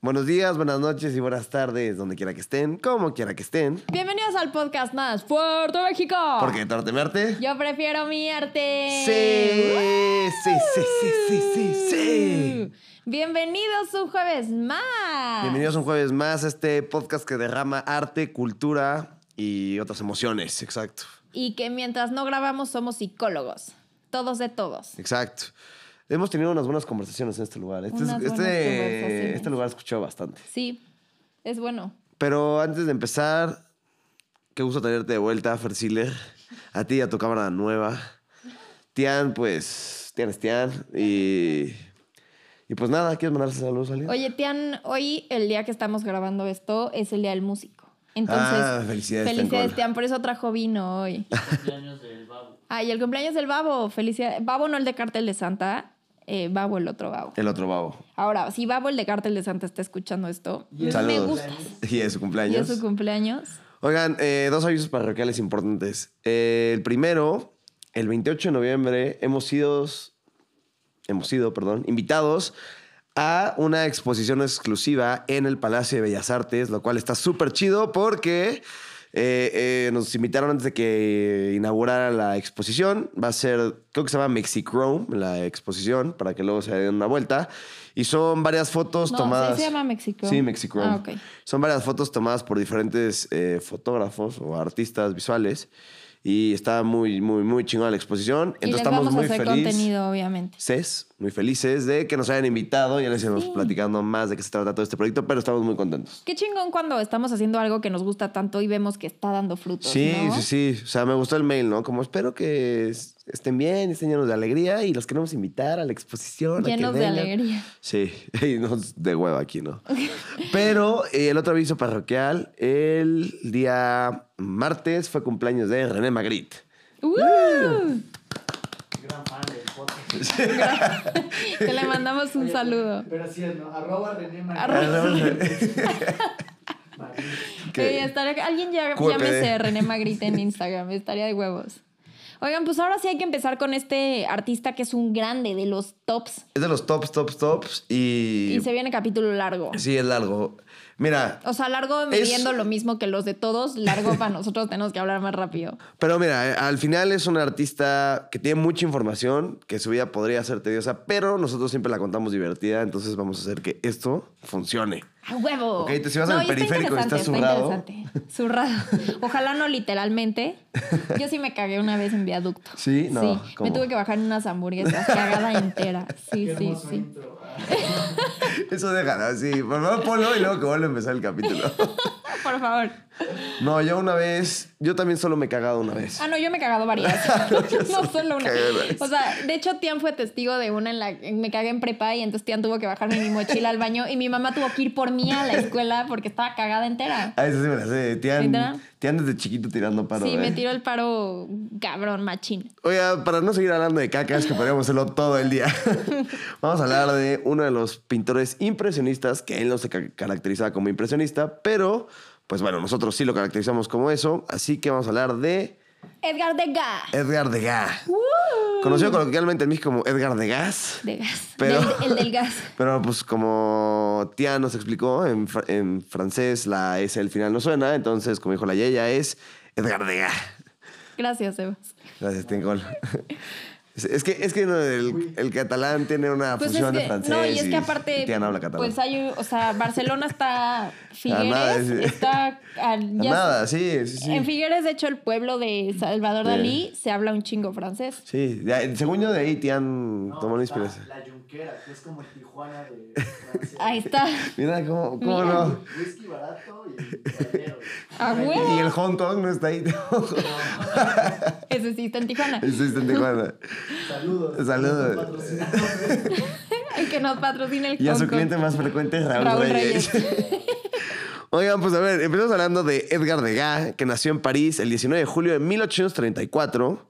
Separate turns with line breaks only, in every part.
Buenos días, buenas noches y buenas tardes, donde quiera que estén, como quiera que estén.
Bienvenidos al podcast más Puerto México.
Porque Torte Marte.
Yo prefiero mi arte.
Sí, sí, sí, sí, sí, sí, sí.
Bienvenidos un jueves más.
Bienvenidos un jueves más a este podcast que derrama arte, cultura y otras emociones. Exacto,
Y que mientras no grabamos somos psicólogos. Todos de todos.
exacto. Hemos tenido unas buenas conversaciones en este lugar. Este, es-
Unas buenas
este,
conversaciones.
este lugar escuchó bastante.
Sí, es bueno.
Pero antes de empezar, qué gusto tenerte de vuelta, Fersiler. A ti y a tu cámara nueva. Tian, pues, Tian es Tian. Y, y pues nada, ¿quieres mandarse saludos a alguien?
Oye, Tian, hoy el día que estamos grabando esto es el día del músico. Entonces,
Ah, felicidades, Tian
felicidades
Col.
Tian, por eso trajo vino hoy.
cumpleaños del babo.
Ah, y el cumpleaños del babo. Felicidades. Babo no el de Cartel de Santa. eh, babo el otro babo.
El otro babo.
Ahora, si Babo el de Cártel de Santa está escuchando esto,
Y es su
me
Saludos.
gusta.
Y es su
Y
cumpleaños.
es su cumpleaños.
Oigan, eh, dos avisos parroquiales importantes. Eh, el primero, el 28 de noviembre, hemos sido, hemos sido perdón, invitados a una exposición exclusiva en el Palacio de Bellas Artes, lo cual está súper chido porque eh, eh, nos invitaron antes de que inaugurara la exposición. Va a ser, creo que se llama Mexichrome, la exposición, para que luego se den una vuelta. Y son varias fotos
No,
tomadas.
sí se llama Mexichrome.
Sí, Mexichrome.
Ah, ok.
Son varias fotos tomadas por diferentes eh, fotógrafos o artistas visuales y está muy, muy, muy chingona la exposición.
y les
Entonces estamos
vamos a
muy
hacer
felices.
contenido, obviamente.
muy felices de que nos hayan invitado. Ya les iremos platicando más de qué se trata todo este proyecto, pero estamos muy contentos.
Qué chingón cuando estamos haciendo algo que nos gusta tanto y vemos que está dando frutos.
Sí,
Pues ¿no?
sí, sí. O sea, me gustó el mail, ¿no? Como espero que es- estén bien, estén llenos de alegría y los queremos invitar a la exposición. a que
Llenos de
vengan.
alegría.
Sí, y no es de huevo aquí, ¿no? Pero eh, el otro aviso parroquial, el día martes fue cumpleaños de René Magritte.
¡Uh!
Gran fan del podcast.
Que le mandamos un saludo.
Pero así es, ¿no? Arroba René Magritte.
Arroba-
Magritte.
Que-
Sí, estaría- alguien ya,
QPD.
llámese René Magritte en Instagram, estaría de huevos. Oigan, pues ahora sí hay que empezar con este artista que es un grande de los tops
Es de los tops, tops, tops y...
y se viene capítulo largo.
Sí, es largo. Mira,
O sea, largo midiendo
Es-
lo mismo que los de todos, largo para nosotros tenemos que hablar más rápido.
pero mira, eh, al final es un artista que tiene mucha información, que su vida podría ser tediosa, pero nosotros siempre la contamos divertida, entonces vamos a hacer que esto funcione.
¡A huevo!
Ok, te- si vas al
y está
periférico y estás
interesante,
zurrado.
interesante. Zurrado. Ojalá no literalmente. Yo sí me cagué una vez en viaducto.
¿Sí? No,
Sí,
¿cómo?
me tuve que bajar unas hamburguesas, cagada entera. Sí,
Qué
sí,
hermoso ¿eh?
sí.
intro.
Eso déjalo así. Por favor, ponlo y luego que vuelva a empezar el capítulo.
Por favor.
No, yo una vez, yo también solo me he cagado una vez.
Ah, no, yo me he cagado varias. no solo una.
Cagué varias.
O sea, de hecho, Tian fue testigo de una en la que me cagué en prepa y entonces Tian tuvo que bajarme mi mochila al baño y mi mamá tuvo que ir por mí a la escuela porque estaba cagada entera.
Ah, eso sí me la sé. Tian,
¿Literal?
Tian desde chiquito tirando paro.
sí,
¿eh?
me tiró el paro cabrón, machín.
Oiga, para no seguir hablando de cacas, que podríamos hacerlo todo el día, vamos a hablar de uno de los pintores impresionistas, que él no se ca- caracterizaba como impresionista, pero, pues bueno, nosotros sí lo caracterizamos como eso, así que vamos a hablar de
Edgar Degas.
Edgar Degas. Conocido coloquialmente en México como Edgar Degas.
Degas.
Pero-
Del- el del gas.
Pero pues como Tía nos explicó, en, fr- en francés la S al final no suena, entonces como dijo la Yeya es Edgar Degas.
Gracias, Sebas.
Gracias, Tingol. Es, es que, es que no, el, el catalán tiene una
Pues es
fusión de
que,
francés.
no, y es que aparte,
Tía no habla catalán.
pues hay, un- o sea, Barcelona está Figueres,
nada, sí.
está al-
A
ya-
Nada, sí, sí, sí.
En Figueres, de hecho, el pueblo de Salvador
Sí.
Dalí se habla un chingo francés.
Sí, de ahí- según yo de ahí Tian
No,
tomó la
está
inspiración.
La Junquera, que es como el Tijuana de Francia.
Ahí está.
Mira cómo, cómo
Mira.
no.
Whisky barato y caballero.
A huevo.
Y el Hong Kong no está ahí.
Eso sí, está en Tijuana.
Eso está en Tijuana.
Saludos.
Saludos.
Patrocinadores.
El que nos patrocina el
Y a
Hong
su
Kong.
cliente más frecuente, Raúl,
Raúl
Reyes.
Reyes.
Oigan, pues a ver, empezamos hablando de Edgar Degas, que nació en París el 19 de julio de 1834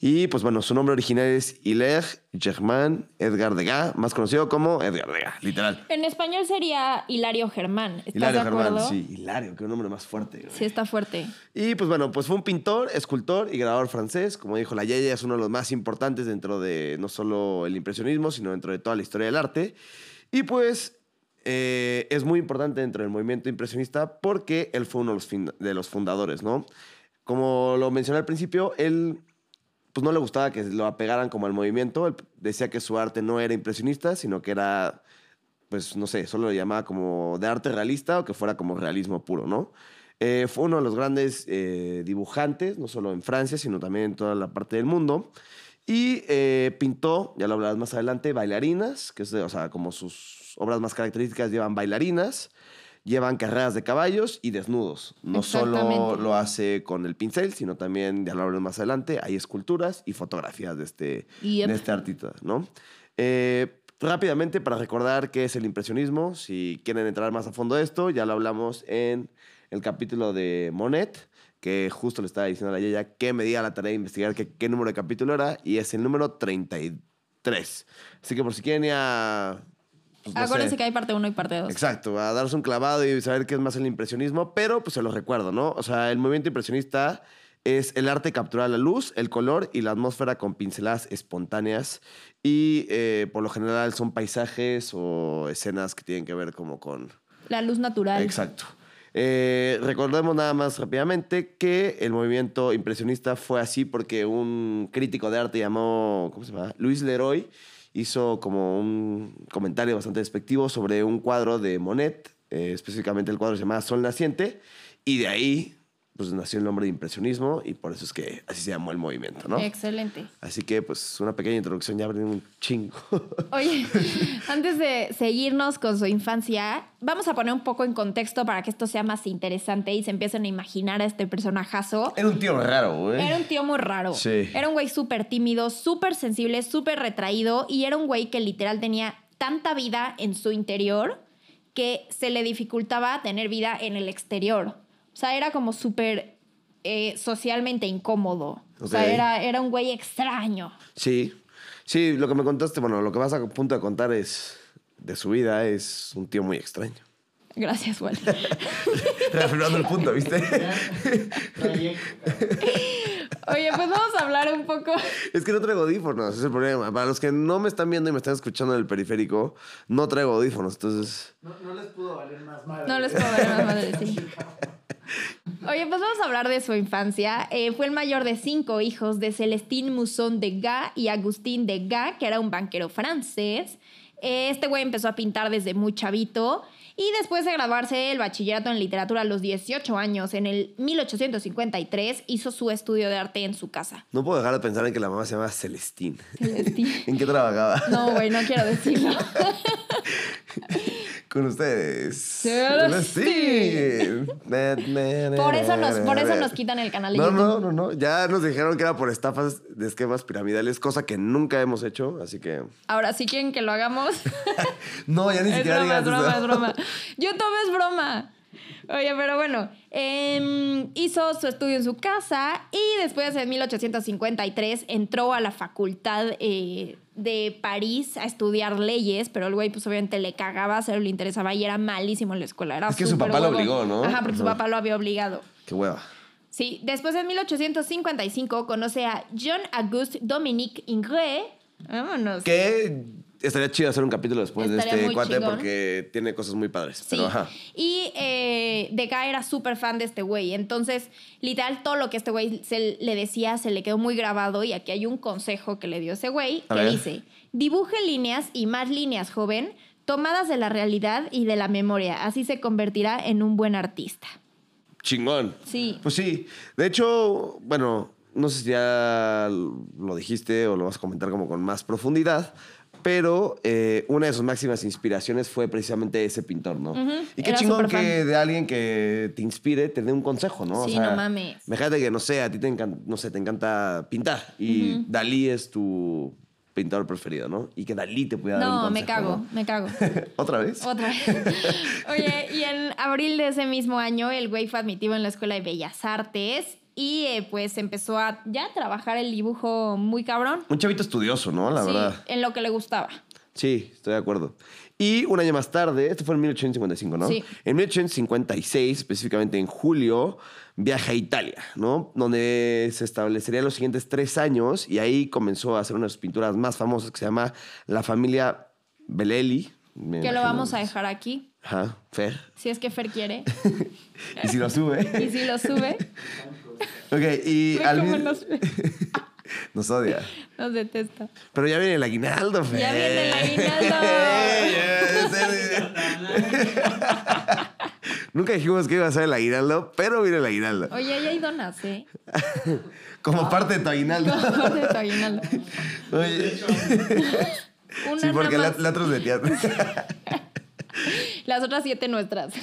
Y pues bueno, su nombre original es Hilaire Germain Edgar Degas, más conocido como Edgar Degas, literal.
En español sería Hilario Germán. ¿Estás
Hilario
de acuerdo?
Germán, sí, Hilario, qué nombre más fuerte. güey.
Sí, está fuerte.
Y pues bueno, pues fue un pintor, escultor y grabador francés. Como dijo la Yeye, es uno de los más importantes dentro de no solo el impresionismo, sino dentro de toda la historia del arte. Y pues eh, es muy importante dentro del movimiento impresionista porque él fue uno de los, fin- de los fundadores, ¿no? Como lo mencioné al principio, él pues no le gustaba que lo apegaran como al movimiento. Él decía que su arte no era impresionista, sino que era, pues no sé, solo lo llamaba como de arte realista o que fuera como realismo puro, ¿no? Eh, fue uno de los grandes eh, dibujantes, no solo en Francia, sino también en toda la parte del mundo. Y eh, pintó, ya lo hablarás más adelante, bailarinas, que es, de- o sea, como sus obras más características llevan bailarinas, llevan carreras de caballos y desnudos. No solo
Exactamente.
lo hace con el pincel, sino también, ya lo hablaremos más adelante, hay esculturas y fotografías de este,
Yep.
de este artista, ¿no? Eh, rápidamente, para recordar qué es el impresionismo, si quieren entrar más a fondo de esto, ya lo hablamos en el capítulo de Monet, que justo le estaba diciendo a la Yaya que me diga la tarea de investigar qué, qué número de capítulo era, y es el número 33. Así que por si quieren ir a... pues, no
Acuérdense
sé.
que hay parte 1 y parte 2.
Exacto, a darse un clavado y saber qué es más el impresionismo, pero pues se los recuerdo, ¿no? O sea, el movimiento impresionista es el arte de capturar la luz, el color y la atmósfera con pinceladas espontáneas y eh, por lo general son paisajes o escenas que tienen que ver como con...
La luz natural.
Exacto. Eh, recordemos nada más rápidamente que el movimiento impresionista fue así porque un crítico de arte llamó, ¿cómo se llama? Luis Leroy hizo como un comentario bastante despectivo sobre un cuadro de Monet, eh, específicamente el cuadro se llamaba Sol Naciente, y de ahí pues nació el nombre de impresionismo y por eso es que así se llamó el movimiento, ¿no?
Excelente.
Así que pues una pequeña introducción, ya abrí un chingo.
Oye, antes de seguirnos con su infancia, vamos a poner un poco en contexto para que esto sea más interesante y se empiecen a imaginar a este personajazo.
Era un tío raro, güey.
Era un tío muy raro.
Sí.
Era un güey súper tímido, súper sensible, súper retraído y era un güey que literal tenía tanta vida en su interior que se le dificultaba tener vida en el exterior. O sea, era como súper eh, socialmente incómodo. O
Ok.
sea, era, era un güey extraño.
Sí, sí, lo que me contaste, bueno, lo que vas a punto de contar es de su vida es un tío muy extraño.
Gracias, Wally.
Reafirmando el punto, ¿viste?
Trayecto, cabrón.
Oye, pues vamos a hablar un poco.
Es que no traigo audífonos, ese es el problema. Para los que no me están viendo y me están escuchando en el periférico, no traigo audífonos, entonces...
No, no les pudo valer más mal.
No les puedo ver más madre, sí. Oye, pues vamos a hablar de su infancia. Eh, fue el mayor de cinco hijos de Celestín Musson de Ga y Agustín de Ga, que era un banquero francés. Eh, este güey empezó a pintar desde muy chavito y después de graduarse el bachillerato en literatura a los 18 años, en el 1853, hizo su estudio de arte en su casa.
No puedo dejar de pensar en que la mamá se llama Celestín.
Celestín.
¿En qué trabajaba?
No, güey, no quiero decirlo.
Con ustedes.
Celestín. Por eso nos, por eso nos quitan el canal de
No,
YouTube.
no, no, no. Ya nos dijeron que era por estafas de esquemas piramidales, cosa que nunca hemos hecho, así que...
Ahora, si quieren que lo hagamos,
No, ya ni
es
siquiera
broma, es
digas eso.
broma, es broma. YouTube es broma. Oye, pero bueno, em, hizo su estudio en su casa y después en 1853 entró a la facultad eh, de París a estudiar leyes, pero el güey pues obviamente le cagaba, se le interesaba y era malísimo en la escuela. Era
Es que su
súper
papá lo
huevón.
obligó, ¿no?
Ajá, porque su
Ajá.
papá lo había obligado.
Qué hueva.
Sí, después en 1855 conoce a John Auguste Dominique Ingres. Vámonos.
Que estaría chido hacer un capítulo después de
Estaría
este
muy
cuate
chingón.
porque tiene cosas muy padres.
Sí.
Pero, ajá.
Y eh, Deca era súper fan de este güey. Entonces, literal, todo lo que este güey se le decía se le quedó muy grabado. Y aquí hay un consejo que le dio ese güey
A
que
ver.
dice: dibuje líneas y más líneas, joven, tomadas de la realidad y de la memoria. Así se convertirá en un buen artista.
Chingón.
Sí.
Pues sí. De hecho, bueno, no sé si ya lo dijiste o lo vas a comentar como con más profundidad. Pero eh, una de sus máximas inspiraciones fue precisamente ese pintor, ¿no? Y qué
era
chingón
superfan.
que de alguien que te inspire te dé un consejo, ¿no?
Sí, no mames.
Imagínate que, no sé, a ti te encanta, no sé, te encanta pintar y Dalí es tu pintor preferido, ¿no? Y que Dalí te pueda dar un
No,
consejo.
me cago,
¿no?
me cago.
¿Otra vez?
Otra vez. Oye, y en abril de ese mismo año, el güey fue admitido en la Escuela de Bellas Artes y eh, pues empezó a ya trabajar el dibujo muy cabrón.
Un chavito estudioso, ¿no? La
Sí,
verdad.
En lo que le gustaba.
Sí, estoy de acuerdo. Y un año más tarde, esto fue en 1855, ¿no?
Sí.
En 1856, específicamente en julio, viaja a Italia, ¿no? Donde se establecería los siguientes tres años y ahí comenzó a hacer unas pinturas más famosas que se llama La familia Belelli. me
Que lo
imagino.
vamos a dejar aquí,
Ajá, Fer.
si es que Fer quiere.
Y si lo
y
sube.
si lo sube,
ok, y
ve
al mi-
cómo nos,
Nos odia.
nos detesta.
Pero ya viene el aguinaldo, Fer.
Ya viene el aguinaldo.
Ya, ya, sí. Nunca dijimos que iba a ser el aguinaldo, pero viene el aguinaldo.
Oye, ahí hay donas, ¿eh? Ah.
Como parte de tu aguinaldo.
Como de tu aguinaldo.
Oye,
Una
sí, porque la,
nada más.
la otra es de teatro.
Las otras siete nuestras.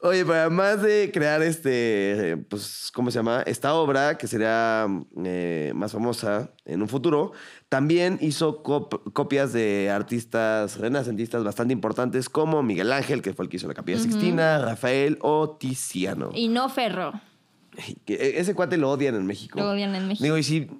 Oye, pero además de crear este, eh, pues, ¿cómo se llama? Esta obra, que será eh, más famosa en un futuro, también hizo cop- copias de artistas renacentistas bastante importantes como Miguel Ángel, que fue el que hizo la Capilla Sixtina, Rafael o Tiziano.
Y no Ferro.
Que e- ese cuate lo odian en México.
Lo odian en México.
Digo, y si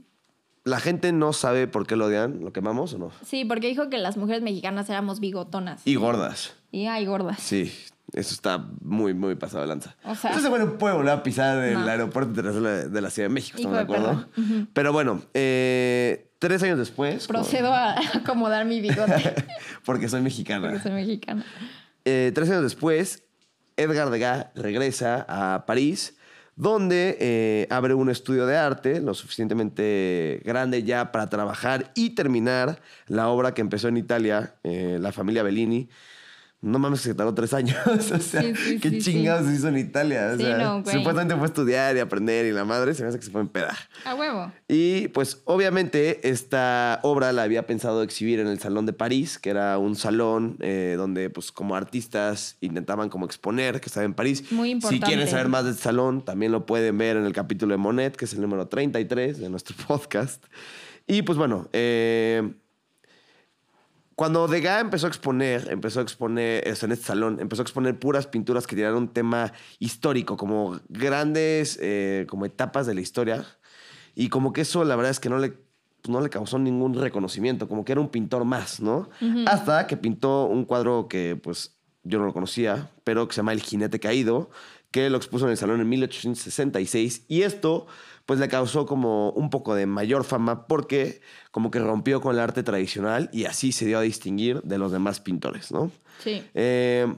la gente no sabe por qué lo odian, ¿lo quemamos o no?
Sí, porque dijo que las mujeres mexicanas éramos bigotonas.
Y gordas.
Y ay, gordas.
Sí, eso está muy, muy pasado de lanza.
O sea-
Entonces, bueno, puede volver a pisar el
No.
aeropuerto internacional de la Ciudad de México,
Hijo
¿estamos de
de
acuerdo? Pero bueno, eh, tres años después,
Procedo a acomodar mi bigote
porque soy mexicana,
porque soy mexicana.
Eh, tres años después, Edgar Degas regresa a París, donde eh, abre un estudio de arte lo suficientemente grande ya para trabajar y terminar la obra que empezó en Italia, eh, La familia Bellini. No mames, que se tardó tres años. O sea,
Sí, sí,
qué
sí,
chingados hizo en Italia. O
Sí,
sea,
no, güey.
supuestamente fue a estudiar y aprender y la madre se me hace que se fue en peda.
A huevo.
Y pues obviamente esta obra la había pensado exhibir en el Salón de París, que era un salón eh, donde pues como artistas intentaban como exponer, que estaba en París.
Muy importante.
Si quieren saber más del salón, también lo pueden ver en el capítulo de Monet, que es el número 33 de nuestro podcast. Y pues bueno, eh, cuando Degas empezó a exponer, empezó a exponer, o sea, en este salón, empezó a exponer puras pinturas que tenían un tema histórico, como grandes, eh, como etapas de la historia. Y como que eso, la verdad es que no le, pues, no le causó ningún reconocimiento, como que era un pintor más, ¿no? Hasta que pintó un cuadro que, pues, yo no lo conocía, pero que se llama El Jinete Caído, que lo expuso en el salón en 1866. Y esto, pues, le causó como un poco de mayor fama porque como que rompió con el arte tradicional y así se dio a distinguir de los demás pintores, ¿no?
Sí.
Eh,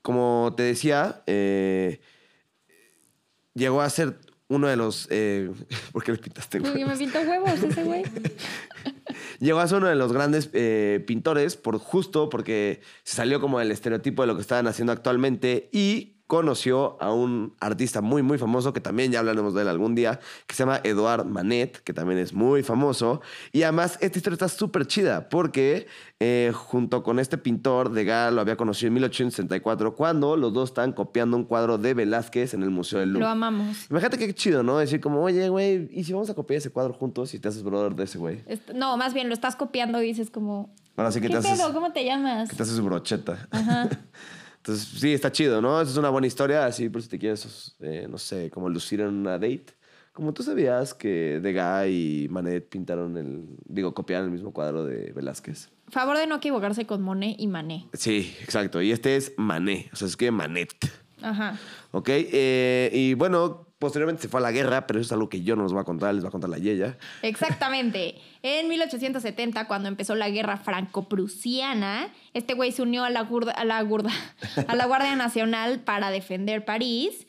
como te decía, eh, llegó a ser uno de los. eh, ¿Por qué le pintaste? güey?
Porque me pintó huevos ese güey.
Llegó a ser uno de los grandes eh, pintores por justo porque se salió como del estereotipo de lo que estaban haciendo actualmente y conoció a un artista muy muy famoso que también ya hablaremos de él algún día que se llama Eduard Manet que también es muy famoso y además esta historia está súper chida porque eh, junto con este pintor Degas lo había conocido en 1864 cuando los dos estaban copiando un cuadro de Velázquez en el Museo del Louvre
Lo amamos.
imagínate qué chido no decir como oye güey y si vamos a copiar ese cuadro juntos y te haces brother de ese güey
Est- No, más bien lo estás copiando y dices como,
Ahora sí que
¿qué
te haces,
pedo? ¿Cómo te llamas?
que te haces brocheta.
Ajá.
Entonces, sí, está chido, ¿no? Esa es una buena historia, así por si te quieres, eh, no sé, como lucir en una date. Como tú sabías que Degas y Manet pintaron el, digo, copiaron el mismo cuadro de Velázquez.
Favor de no equivocarse con Monet y Mané.
Sí, exacto. Y este es Manet, o sea, es que Manet.
Ajá.
¿Ok? Eh, y bueno, posteriormente se fue a la guerra, pero eso es algo que yo no les voy a contar, les va a contar la Yeya.
Exactamente. En 1870, cuando empezó la guerra franco-prusiana, este güey se unió a la, gurda- a, la gurda- a la Guardia Nacional para defender París,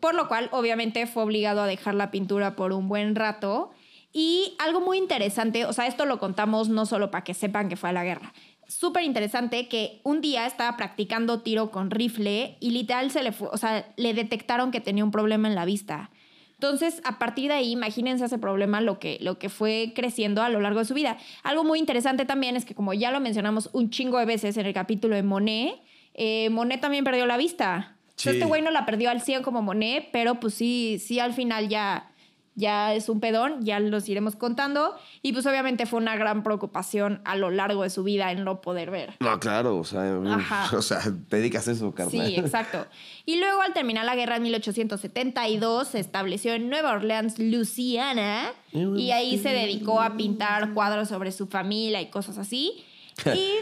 por lo cual obviamente fue obligado a dejar la pintura por un buen rato. Y algo muy interesante, o sea, esto lo contamos no solo para que sepan que fue a la guerra. Súper interesante que un día estaba practicando tiro con rifle y literal se le fue, o sea, le detectaron que tenía un problema en la vista. Entonces, a partir de ahí, imagínense ese problema, lo que, lo que fue creciendo a lo largo de su vida. Algo muy interesante también es que, como ya lo mencionamos un chingo de veces en el capítulo de Monet, eh, Monet también perdió la vista. O sea,
Sí.
Este güey no la perdió al 100 como Monet, pero pues sí, sí al final ya, ya es un pedón, ya los iremos contando. Y pues obviamente fue una gran preocupación a lo largo de su vida en no poder ver.
No, claro, o sea,
Ajá.
o sea, te dedicas a eso, carnal.
Sí, exacto. Y luego al terminar la guerra en 1872 se estableció en Nueva Orleans, Luisiana, y ahí se dedicó a pintar cuadros sobre su familia y cosas así. Y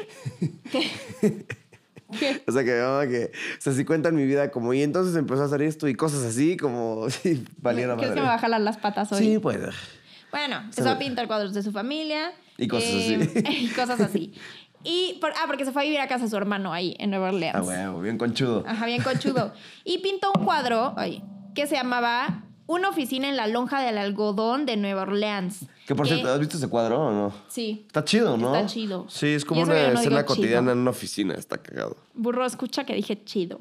O sea, que, no, que, o sea, si cuentan mi vida como, y entonces empezó a hacer esto y cosas así, como, sí, valiera
¿Crees
madre.
que me va a jalar las patas hoy?
sí, pues.
Bueno, empezó a pintar cuadros de su familia. Eh,
Y cosas así.
Y cosas así. Y por- ah, porque se fue a vivir a casa de su hermano ahí en Nueva Orleans.
Ah, huevo, bien conchudo.
Ajá, bien conchudo. Y pintó un cuadro ay, que se llamaba Una oficina en la lonja del algodón de Nueva Orleans.
Que por
Eh,
cierto, ¿has visto ese cuadro o no?
Sí.
Está chido, ¿no?
Está chido.
Sí, es como
Y eso
una
yo no digo
escena
chido.
cotidiana en una oficina, está cagado.
Burro, escucha que dije chido.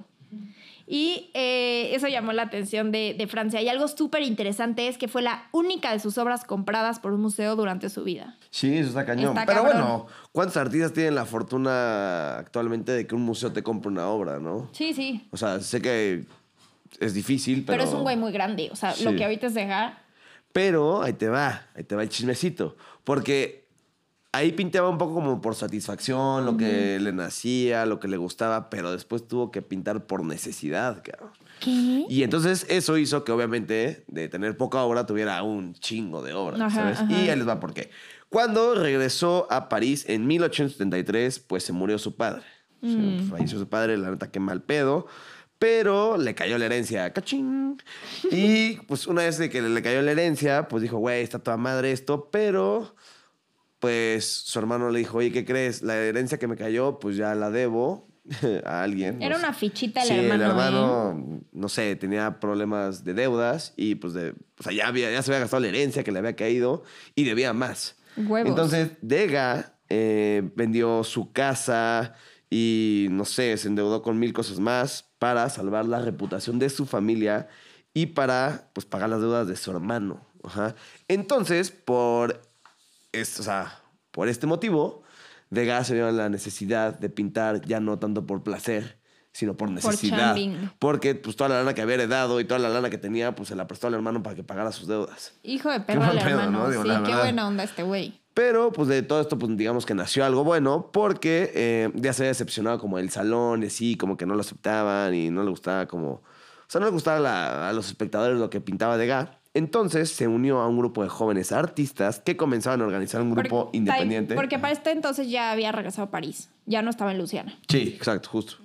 Y eh, eso llamó la atención de, de Francia. Y algo súper interesante es que fue la única de sus obras compradas por un museo durante su vida.
Sí, eso está cañón.
Está
Pero
cabrón.
bueno, ¿cuántos artistas tienen la fortuna actualmente de que un museo te compre una obra, no?
Sí, sí.
O sea, sé que es difícil, pero.
Pero, es un güey muy grande. O sea,
Sí.
lo que ahorita es dejar.
Pero ahí te va, ahí te va el chismecito. Porque ahí pintaba un poco como por satisfacción, lo que le nacía, lo que le gustaba, pero después tuvo que pintar por necesidad, cabrón.
¿Qué?
Y entonces eso hizo que obviamente de tener poca obra tuviera un chingo de obra,
Ajá,
¿sabes?
ajá.
Y ahí les va por qué. Cuando regresó a París en 1873, pues se murió su padre. O sea,
Mm.
Falleció su padre, la neta, qué mal pedo. Pero le cayó la herencia, cachín. Y pues una vez de que le cayó la herencia, pues dijo, güey, está toda madre esto, pero pues su hermano le dijo, oye, ¿qué crees? La herencia que me cayó, pues ya la debo a alguien. no
Era
sé.
una fichita el
Sí,
hermano. ¿eh?
el hermano, no sé, tenía problemas de deudas y pues de, o sea, ya, había, ya se había gastado la herencia que le había caído y debía más.
Huevos.
Entonces, Dega eh, vendió su casa y, no sé, se endeudó con mil cosas más para salvar la reputación de su familia y para, pues, pagar las deudas de su hermano. Ajá. Entonces, por es- o sea, por este motivo, Degas se vio en la necesidad de pintar ya no tanto por placer, sino por necesidad.
chambing.
porque pues toda la lana que había heredado y toda la lana que tenía, pues se la prestó al hermano para que pagara sus deudas.
Hijo de
Qué
perra
buen
el
pedo,
hermano.
¿no? Digo,
sí,
la
qué
verdad.
buena onda este güey.
Pero pues de todo esto, pues digamos que nació algo bueno, porque eh, ya se había decepcionado como el salón y así, como que no lo aceptaban y no le gustaba como... O sea, no le gustaba la- a los espectadores lo que pintaba Degas. Entonces se unió a un grupo de jóvenes artistas que comenzaban a organizar un grupo
Porque-
independiente.
Porque para este entonces ya había regresado a París. Ya no estaba en Luciana.
Sí, exacto, justo.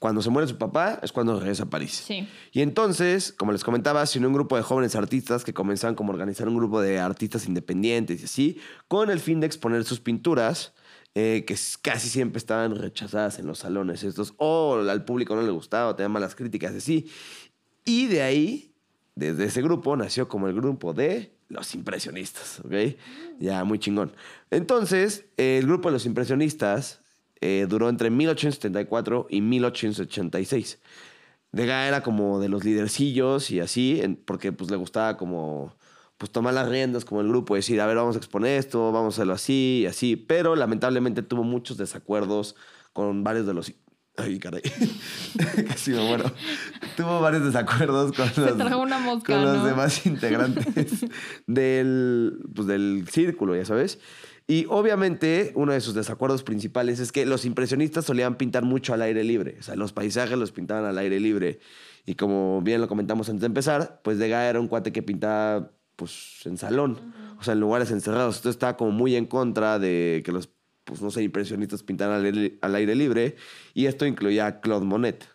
Cuando se muere su papá es cuando regresa a París.
Sí.
Y entonces, como les comentaba, se unió un grupo de jóvenes artistas que comenzaron como a organizar un grupo de artistas independientes y así, con el fin de exponer sus pinturas, eh, que s- casi siempre estaban rechazadas en los salones estos, o al público no le gustaba, o tenían malas críticas y así. Y de ahí, desde ese grupo, nació como el grupo de los impresionistas, ¿ok? Ya, muy chingón. Entonces, eh, el grupo de los impresionistas eh, duró entre 1874 y 1886. Degas era como de los lidercillos y así, en- porque pues le gustaba como pues tomar las riendas como el grupo y decir, a ver, vamos a exponer esto, vamos a hacerlo así y así, pero lamentablemente tuvo muchos desacuerdos con varios de los... Ay, caray, casi me muero. Tuvo varios desacuerdos con los,
tragó una mosca,
con los
¿no?
demás integrantes del, pues, del círculo, ya sabes. Y obviamente uno de sus desacuerdos principales es que los impresionistas solían pintar mucho al aire libre, o sea, los paisajes los pintaban al aire libre. Y como bien lo comentamos antes de empezar, pues Degas era un cuate que pintaba pues en salón, o sea, en lugares encerrados. Esto estaba como muy en contra de que los, pues no sé, impresionistas pintaran al aire- al aire libre. Y esto incluía a Claude Monet.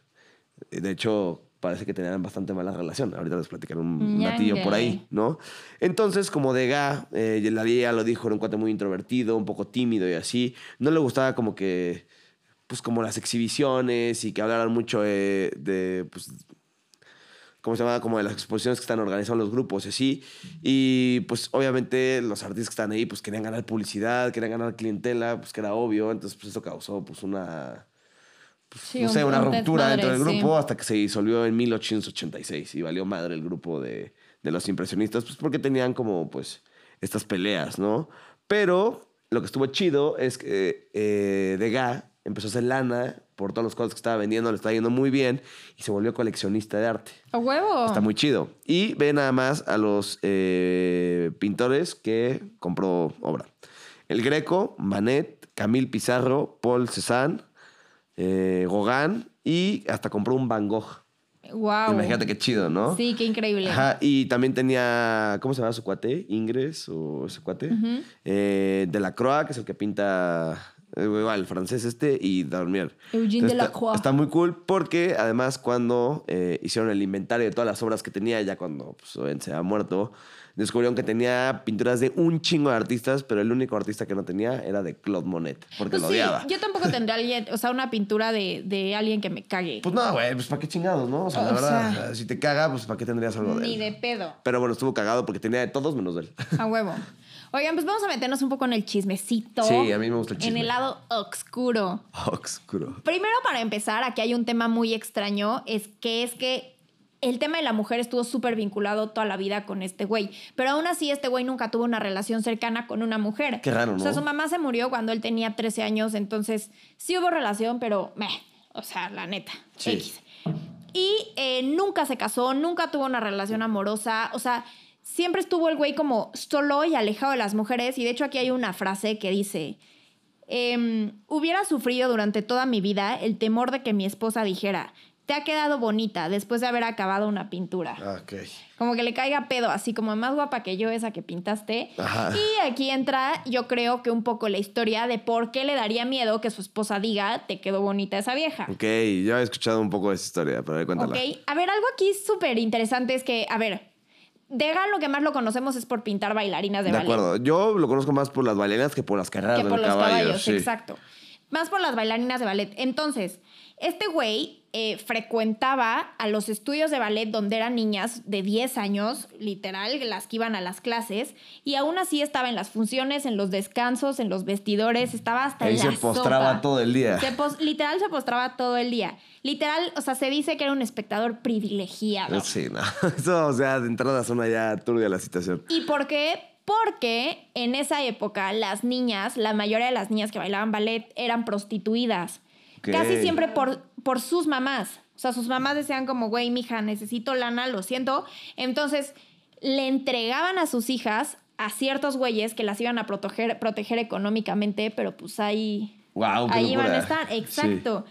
De hecho, parece que tenían bastante mala relación. Ahorita les platicaré un
Ñangue.
datillo por ahí, ¿no? Entonces, como Degas, eh, la ya lo dijo, era un cuate muy introvertido, un poco tímido y así. No le gustaba como que, pues como las exhibiciones y que hablaran mucho eh, de, pues, ¿cómo se llama? Como de las exposiciones que están organizando los grupos y así. Y pues obviamente los artistas que están ahí pues querían ganar publicidad, querían ganar clientela, pues que era obvio. Entonces pues eso causó pues una... pues,
Sí,
no
un-
sé, una
un
ruptura dentro del
desmadre, sí.
grupo hasta que se disolvió en 1886 y valió madre el grupo de, de los impresionistas, pues porque tenían como pues estas peleas, ¿no? Pero lo que estuvo chido es que eh, Degas empezó a hacer lana por todas las cosas que estaba vendiendo, le estaba yendo muy bien y se volvió coleccionista de arte.
¡A huevo!
Está muy chido. Y ve nada más a los eh, pintores que compró obra. El Greco, Manet, Camille Pizarro, Paul Cézanne, eh, Gauguin y hasta compró un Van Gogh.
¡Wow!
Imagínate qué chido, ¿no?
Sí, qué increíble.
Ajá, y también tenía, ¿cómo se llama su cuate? Ingres o ese cuate. Eh, de la Croix, que es el que pinta, eh, igual, francés este, y Dormier.
Eugene
Entonces, está-
Delacroix.
Está muy cool porque además cuando eh, hicieron el inventario de todas las obras que tenía, ya cuando pues, obviamente se había muerto, descubrieron que tenía pinturas de un chingo de artistas, pero el único artista que no tenía era de Claude Monet, porque
Pues
lo
sí,
odiaba.
yo tampoco tendré alguien, o sea, una pintura de, de alguien que me cague.
Pues no, güey, pues para qué chingados, ¿no? O sea, la
O
verdad,
sea,
si te caga, pues para qué tendrías algo de
Ni
él.
de pedo.
Pero bueno, estuvo cagado porque tenía de todos menos de él.
A huevo. Oigan, pues vamos a meternos un poco en el chismecito.
Sí, a mí me gusta el chisme.
En el lado oscuro.
Oscuro.
Primero, para empezar, aquí hay un tema muy extraño, es que es que el tema de la mujer estuvo súper vinculado toda la vida con este güey, pero aún así este güey nunca tuvo una relación cercana con una mujer.
Qué raro,
O sea,
¿no?
su mamá se murió cuando él tenía 13 años, entonces sí hubo relación, pero meh, o sea, la neta,
Sí.
X. Y eh, nunca se casó, nunca tuvo una relación amorosa. O sea, siempre estuvo el güey como solo y alejado de las mujeres. Y de hecho aquí hay una frase que dice, em, hubiera sufrido durante toda mi vida el temor de que mi esposa dijera, te ha quedado bonita después de haber acabado una pintura.
Ok.
Como que le caiga pedo, así como más guapa que yo esa que pintaste.
Ajá.
Y aquí entra, yo creo que un poco la historia de por qué le daría miedo que su esposa diga, te quedó bonita esa vieja.
Ok, yo he escuchado un poco de esa historia, pero a ver, cuéntala.
Ok, a ver, algo aquí súper interesante es que, a ver, Degan lo que más lo conocemos es por pintar bailarinas de,
De
ballet.
acuerdo. Yo lo conozco más por las bailarinas que por las carreras
Que
de
por los caballos,
sí.
exacto. Más por las bailarinas de ballet. Entonces, este güey eh, frecuentaba a los estudios de ballet donde eran niñas de 10 años, literal, las que iban a las clases, y aún así estaba en las funciones, en los descansos, en los vestidores, estaba hasta
Ahí
en
se
la
postraba
sopa.
todo el día.
Se pos- literal se postraba todo el día. Literal, o sea, se dice que era un espectador privilegiado.
Sí, no. Eso, o sea, de entrada suena ya turbia la situación.
¿Y por qué? Porque en esa época las niñas, la mayoría de las niñas que bailaban ballet eran prostituidas.
Ok.
Casi siempre por, por sus mamás. O sea, sus mamás decían como, güey, mija, necesito lana, lo siento. Entonces, le entregaban a sus hijas a ciertos güeyes que las iban a proteger, proteger económicamente, pero pues ahí,
Guau, Ah, qué
ahí iban a
locura.
estar.
Sí.
Exacto.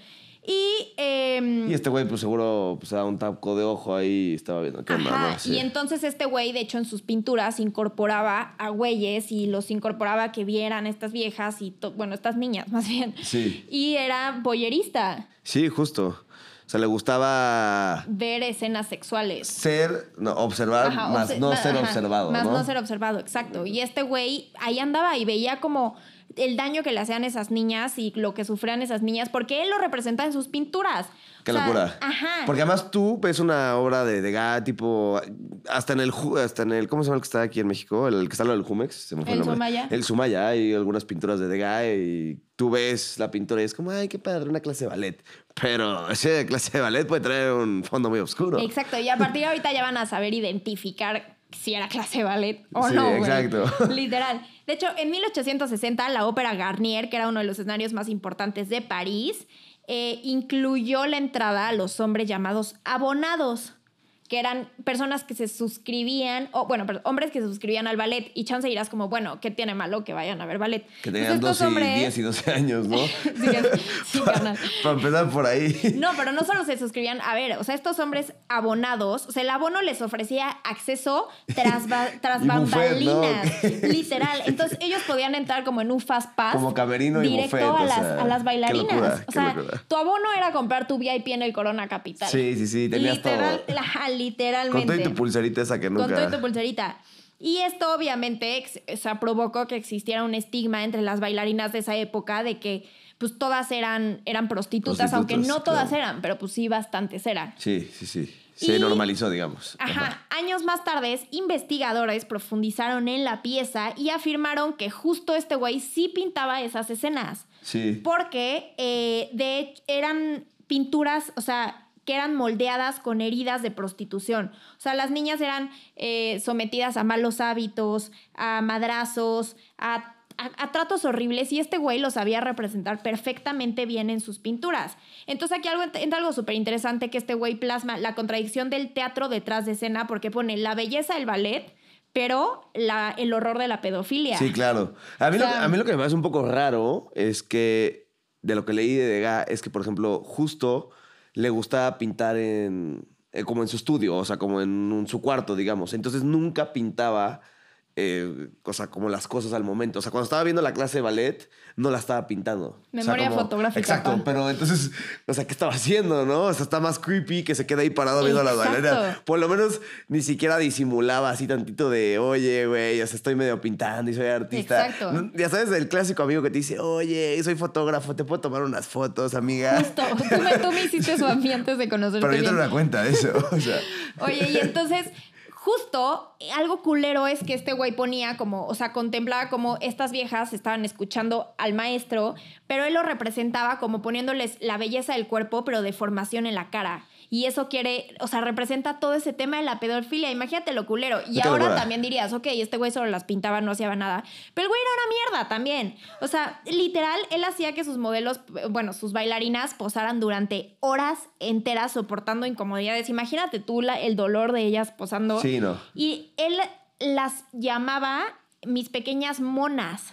Y... em,
Y este güey, pues seguro, pues da un taco de ojo ahí y estaba viendo qué onda,
Ajá,
¿no? Sí.
y entonces este güey, de hecho, en sus pinturas incorporaba a güeyes y los incorporaba que vieran estas viejas y, to- bueno, estas niñas más bien.
Sí.
Y era boyerista,
Sí, justo. O sea, le gustaba
ver escenas sexuales.
ser, no, observar,
Ajá,
Ah, más
obse-
no
ma-
ser
ajá,
observado,
Más
¿no?
no ser observado, exacto. Y este güey ahí andaba y veía como el daño que le hacían esas niñas y lo que sufrían esas niñas, porque él lo representa en sus pinturas.
Qué
O sea,
locura.
Ajá.
Porque además tú ves una obra de Degas, tipo, hasta en el, ju- hasta en el, ¿cómo se llama el que está aquí en México? El, que está al lado del Jumex, se me fue
¿El
nombre.
Sumaya?
El Sumaya, hay algunas pinturas de Degas y tú ves la pintura y es como, ay, qué padre, una clase de ballet. Pero esa clase de ballet puede traer un fondo muy oscuro.
Exacto, y a partir de ahorita ya van a saber identificar si era clase de ballet o
Sí,
no. güey.
exacto.
Literal. De hecho, en 1860 la ópera Garnier, que era uno de los escenarios más importantes de París, eh, incluyó la entrada a los hombres llamados abonados, que eran personas que se suscribían, o bueno, perdón, hombres que se suscribían al ballet, y chance dirás como, bueno, ¿qué tiene malo que vayan a ver ballet?
Que
Entonces,
tenían
Pues estos
12 y 10 y 12 años, ¿no?
Sí, sí, carnal.
Para empezar por ahí.
No, pero no solo se suscribían. A ver, o sea, estos hombres abonados, o sea, el abono les ofrecía acceso tras, ba- tras
Y buffet, ¿no?
bambalinas. Literal. Entonces, ellos podían entrar como en un fast pass.
Como camerino y
Directo
buffet,
a,
o
las,
sea,
a las bailarinas.
qué locura,
o
qué
sea,
locura.
tu abono era comprar tu VIP en el Corona Capital.
Sí, sí, sí, tenías
Literal,
todo.
ajá,
Con
literalmente.
todo y tu pulserita esa que nunca...
Con todo y tu pulserita. Y esto obviamente ex- o sea, provocó que existiera un estigma entre las bailarinas de esa época de que pues todas eran, eran prostitutas,
Prostitutas,
aunque no todas
claro.
eran, pero pues sí bastantes eran.
Sí, sí, sí. Se
Y-
normalizó, digamos.
Ajá, años más tarde, investigadores profundizaron en la pieza y afirmaron que justo este güey sí pintaba esas escenas.
Sí.
Porque eh, de hech- eran pinturas, o sea, que eran moldeadas con heridas de prostitución. O sea, las niñas eran eh, sometidas a malos hábitos, a madrazos, a a, a tratos horribles y este güey lo sabía representar perfectamente bien en sus pinturas. Entonces aquí algo, entra algo súper interesante que este güey plasma la contradicción del teatro detrás de escena porque pone la belleza del ballet, pero la, el horror de la pedofilia.
Sí, claro. A mí,
O
lo,
sea-
a mí lo que me parece un poco raro es que, de lo que leí de Degas, es que, por ejemplo, justo le gustaba pintar en, eh, como en su estudio, o sea, como en un- su cuarto, digamos. Entonces nunca pintaba, eh, o sea, como las cosas al momento. O sea, cuando estaba viendo la clase de ballet, no la estaba pintando. O sea,
Memoria
como-
fotográfica,
Exacto,
pa.
pero entonces, o sea, ¿qué estaba haciendo, no? O sea, está más creepy que se queda ahí parado viendo a la
Exacto.
ballenas. Por lo menos ni siquiera disimulaba así tantito de, oye, güey, o sea, estoy medio pintando y soy artista.
Exacto.
No, Ya sabes, el clásico amigo que te dice, oye, soy fotógrafo, te puedo tomar unas fotos, amiga.
Justo, tú me, tú me hiciste su antes de conocerte
Pero yo te
bien.
doy una cuenta de eso. O sea,
Oye, y entonces, justo eh, algo culero es que este güey ponía como, o sea, contemplaba como estas viejas estaban escuchando al maestro, pero él lo representaba como poniéndoles la belleza del cuerpo, pero deformación en la cara. Y eso quiere, o sea, representa todo ese tema de la pedofilia. Imagínate lo culero. Y
Qué
ahora
locura.
también dirías, ok, este güey solo las pintaba, no hacía nada. Pero el güey era una mierda también. O sea, literal, él hacía que sus modelos, bueno, sus bailarinas posaran durante horas enteras soportando incomodidades. Imagínate tú la- el dolor de ellas posando.
sí, no.
Y él las llamaba mis pequeñas monas.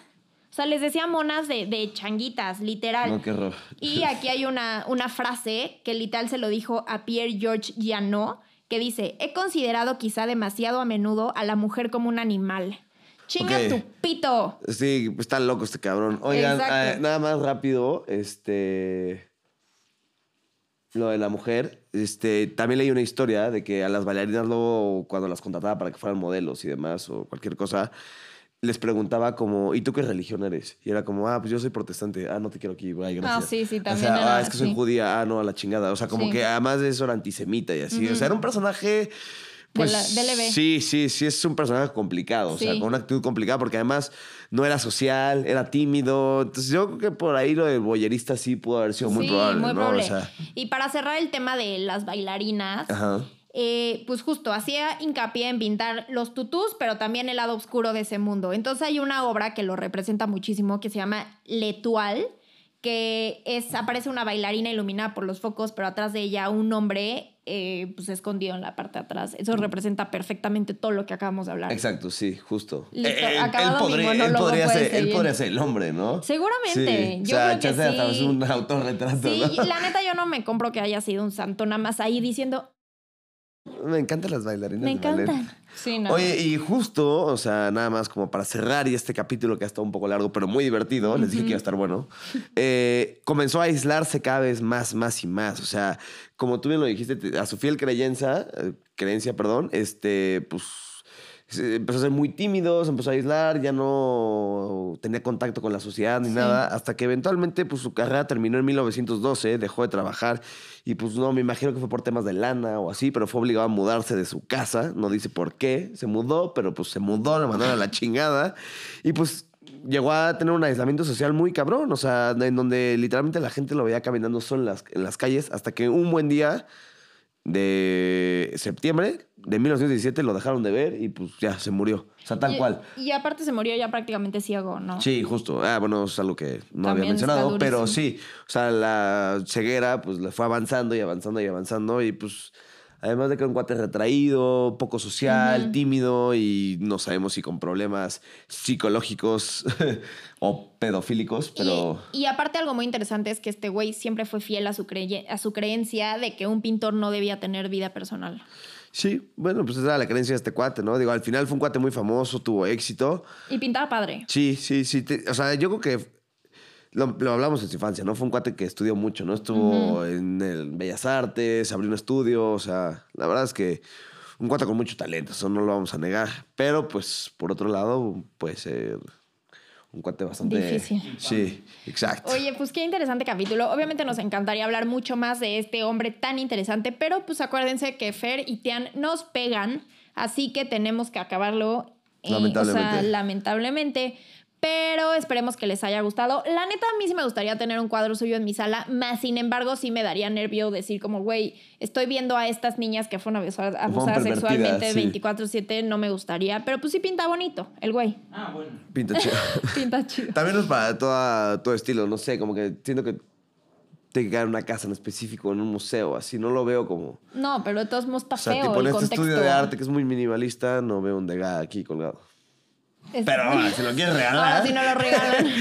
O sea, les decía monas de, de changuitas, literal.
No, qué horror.
Y aquí hay una, una frase que literal se lo dijo a Pierre George Gianot, que dice, he considerado quizá demasiado a menudo a la mujer como un animal. Chinga
Ok.
tu pito.
Sí, está loco este cabrón. Oigan,
Exacto.
eh, nada más rápido, este. Lo de la mujer. Este, también leí una historia de que a las bailarinas luego, cuando las contrataba para que fueran modelos y demás, o cualquier cosa, les preguntaba como, ¿y tú qué religión eres? Y era como, ah, pues yo soy protestante. Ah, no te quiero aquí, bye, gracias.
sí, sí,
O
también
sea,
era
ah, es que soy
así.
judía. Ah, no, a la chingada. O sea, como
Sí.
que además de eso era antisemita y así. O sea, era un personaje... Pues,
la- del EB.
Sí, sí, sí, es un personaje complicado, o sea,
Sí.
con una actitud complicada porque además no era social, era tímido. Entonces yo creo que por ahí lo del boyerista sí pudo haber sido muy
Sí,
probable,
muy
¿no?
probable.
O sea,
Y para cerrar el tema de las bailarinas,
ajá.
eh, pues justo hacía hincapié en pintar los tutús, pero también el lado oscuro de ese mundo. Entonces hay una obra que lo representa muchísimo que se llama Letual, que es, aparece una bailarina iluminada por los focos, pero atrás de ella un hombre eh, pues escondido en la parte de atrás. Eso representa perfectamente todo lo que acabamos de hablar.
Mm. Exacto, sí, justo.
Listo,
Eh,
acabado mi monólogo,
podría
puedes
ser, él
seguir.
podría ser el hombre, ¿no?
Seguramente,
Sí.
yo
o sea,
creo que
chance de hasta
sí.
hacer un autorretrato,
Sí,
¿no?
la neta yo no me compro que haya sido un santo nada más ahí diciendo,
Me encantan las bailarinas.
me
de ballet.
encantan. Sí, no.
Oye, y justo, o sea, nada más como para cerrar y este capítulo que ha estado un poco largo, pero muy divertido, les dije que iba a estar bueno, eh, comenzó a aislarse cada vez más, más y más. O sea, como tú bien lo dijiste, te- a su fiel creencia, eh, creencia, perdón, este, pues se- empezó a ser muy tímido, se empezó a aislar, ya no tenía contacto con la sociedad ni nada, hasta que eventualmente pues, su carrera terminó en 1912, dejó de trabajar y pues no, me imagino que fue por temas de lana o así, pero fue obligado a mudarse de su casa, no dice por qué, se mudó, pero pues se mudó, la mandaron a la chingada y pues llegó a tener un aislamiento social muy cabrón, o sea, en donde literalmente la gente lo veía caminando solo en las, en las calles hasta que un buen día de septiembre de 1917 lo dejaron de ver y pues ya se murió. O sea, tal
y,
cual.
Y aparte se murió ya prácticamente ciego, ¿no?
Sí, justo. Ah, bueno, es algo que no había
También está
mencionado, pero
durísimo.
sí. O sea, la ceguera pues le fue avanzando y avanzando y avanzando y pues además de que era un cuate retraído, poco social, tímido y no sabemos si con problemas psicológicos o pedofílicos, pero...
Y, y aparte algo muy interesante es que este güey siempre fue fiel a su, creye- a su creencia de que un pintor no debía tener vida personal.
Sí, bueno, pues esa era la creencia de este cuate, ¿no? Digo, al final fue un cuate muy famoso, tuvo éxito.
Y pintaba padre.
Sí, sí, sí. te- o sea, yo creo que lo, lo hablamos en su infancia, ¿no? Fue un cuate que estudió mucho, ¿no? Estuvo en el Bellas Artes, abrió un estudio, o sea, la verdad es que un cuate con mucho talento, eso no lo vamos a negar. Pero, pues, por otro lado, puede ser un cuate bastante...
Difícil.
Sí, exacto.
Oye, pues qué interesante capítulo. Obviamente nos encantaría hablar mucho más de este hombre tan interesante, pero pues acuérdense que Fer y Tian nos pegan, así que tenemos que acabarlo. eh, o sea,
Lamentablemente.
lamentablemente. Pero esperemos que les haya gustado. La neta, a mí sí me gustaría tener un cuadro suyo en mi sala, más sin embargo, sí me daría nervio decir como, güey, estoy viendo a estas niñas que fueron abusadas, abusadas
pervertidas,
sexualmente
sí.
24/7, no me gustaría, pero pues sí pinta bonito, el güey.
Ah, bueno.
Pinta chido.
Pinta chido.
También es para toda, todo estilo, no sé, como que siento que tiene que quedar en una casa en específico, en un museo, así. No lo veo como.
No, pero de todos modos está
O sea,
feo
tipo en
el
este
contexto.
estudio de arte que es muy minimalista, no veo un Degas aquí colgado.
Es-
Pero ahora, si lo quieres regalar.
Ahora sí no lo regalan.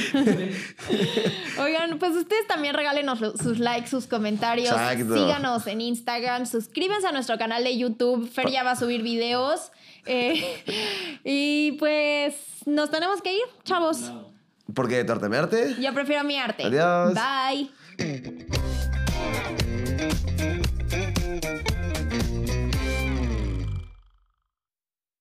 Oigan, pues ustedes también regálenos lo- sus likes, sus comentarios.
Exacto.
Síganos en Instagram, suscríbanse a nuestro canal de YouTube. Fer ya va a subir videos. Eh, y pues nos tenemos que ir, chavos.
No.
Porque tartamearte.
Yo prefiero mi arte.
Adiós.
Bye.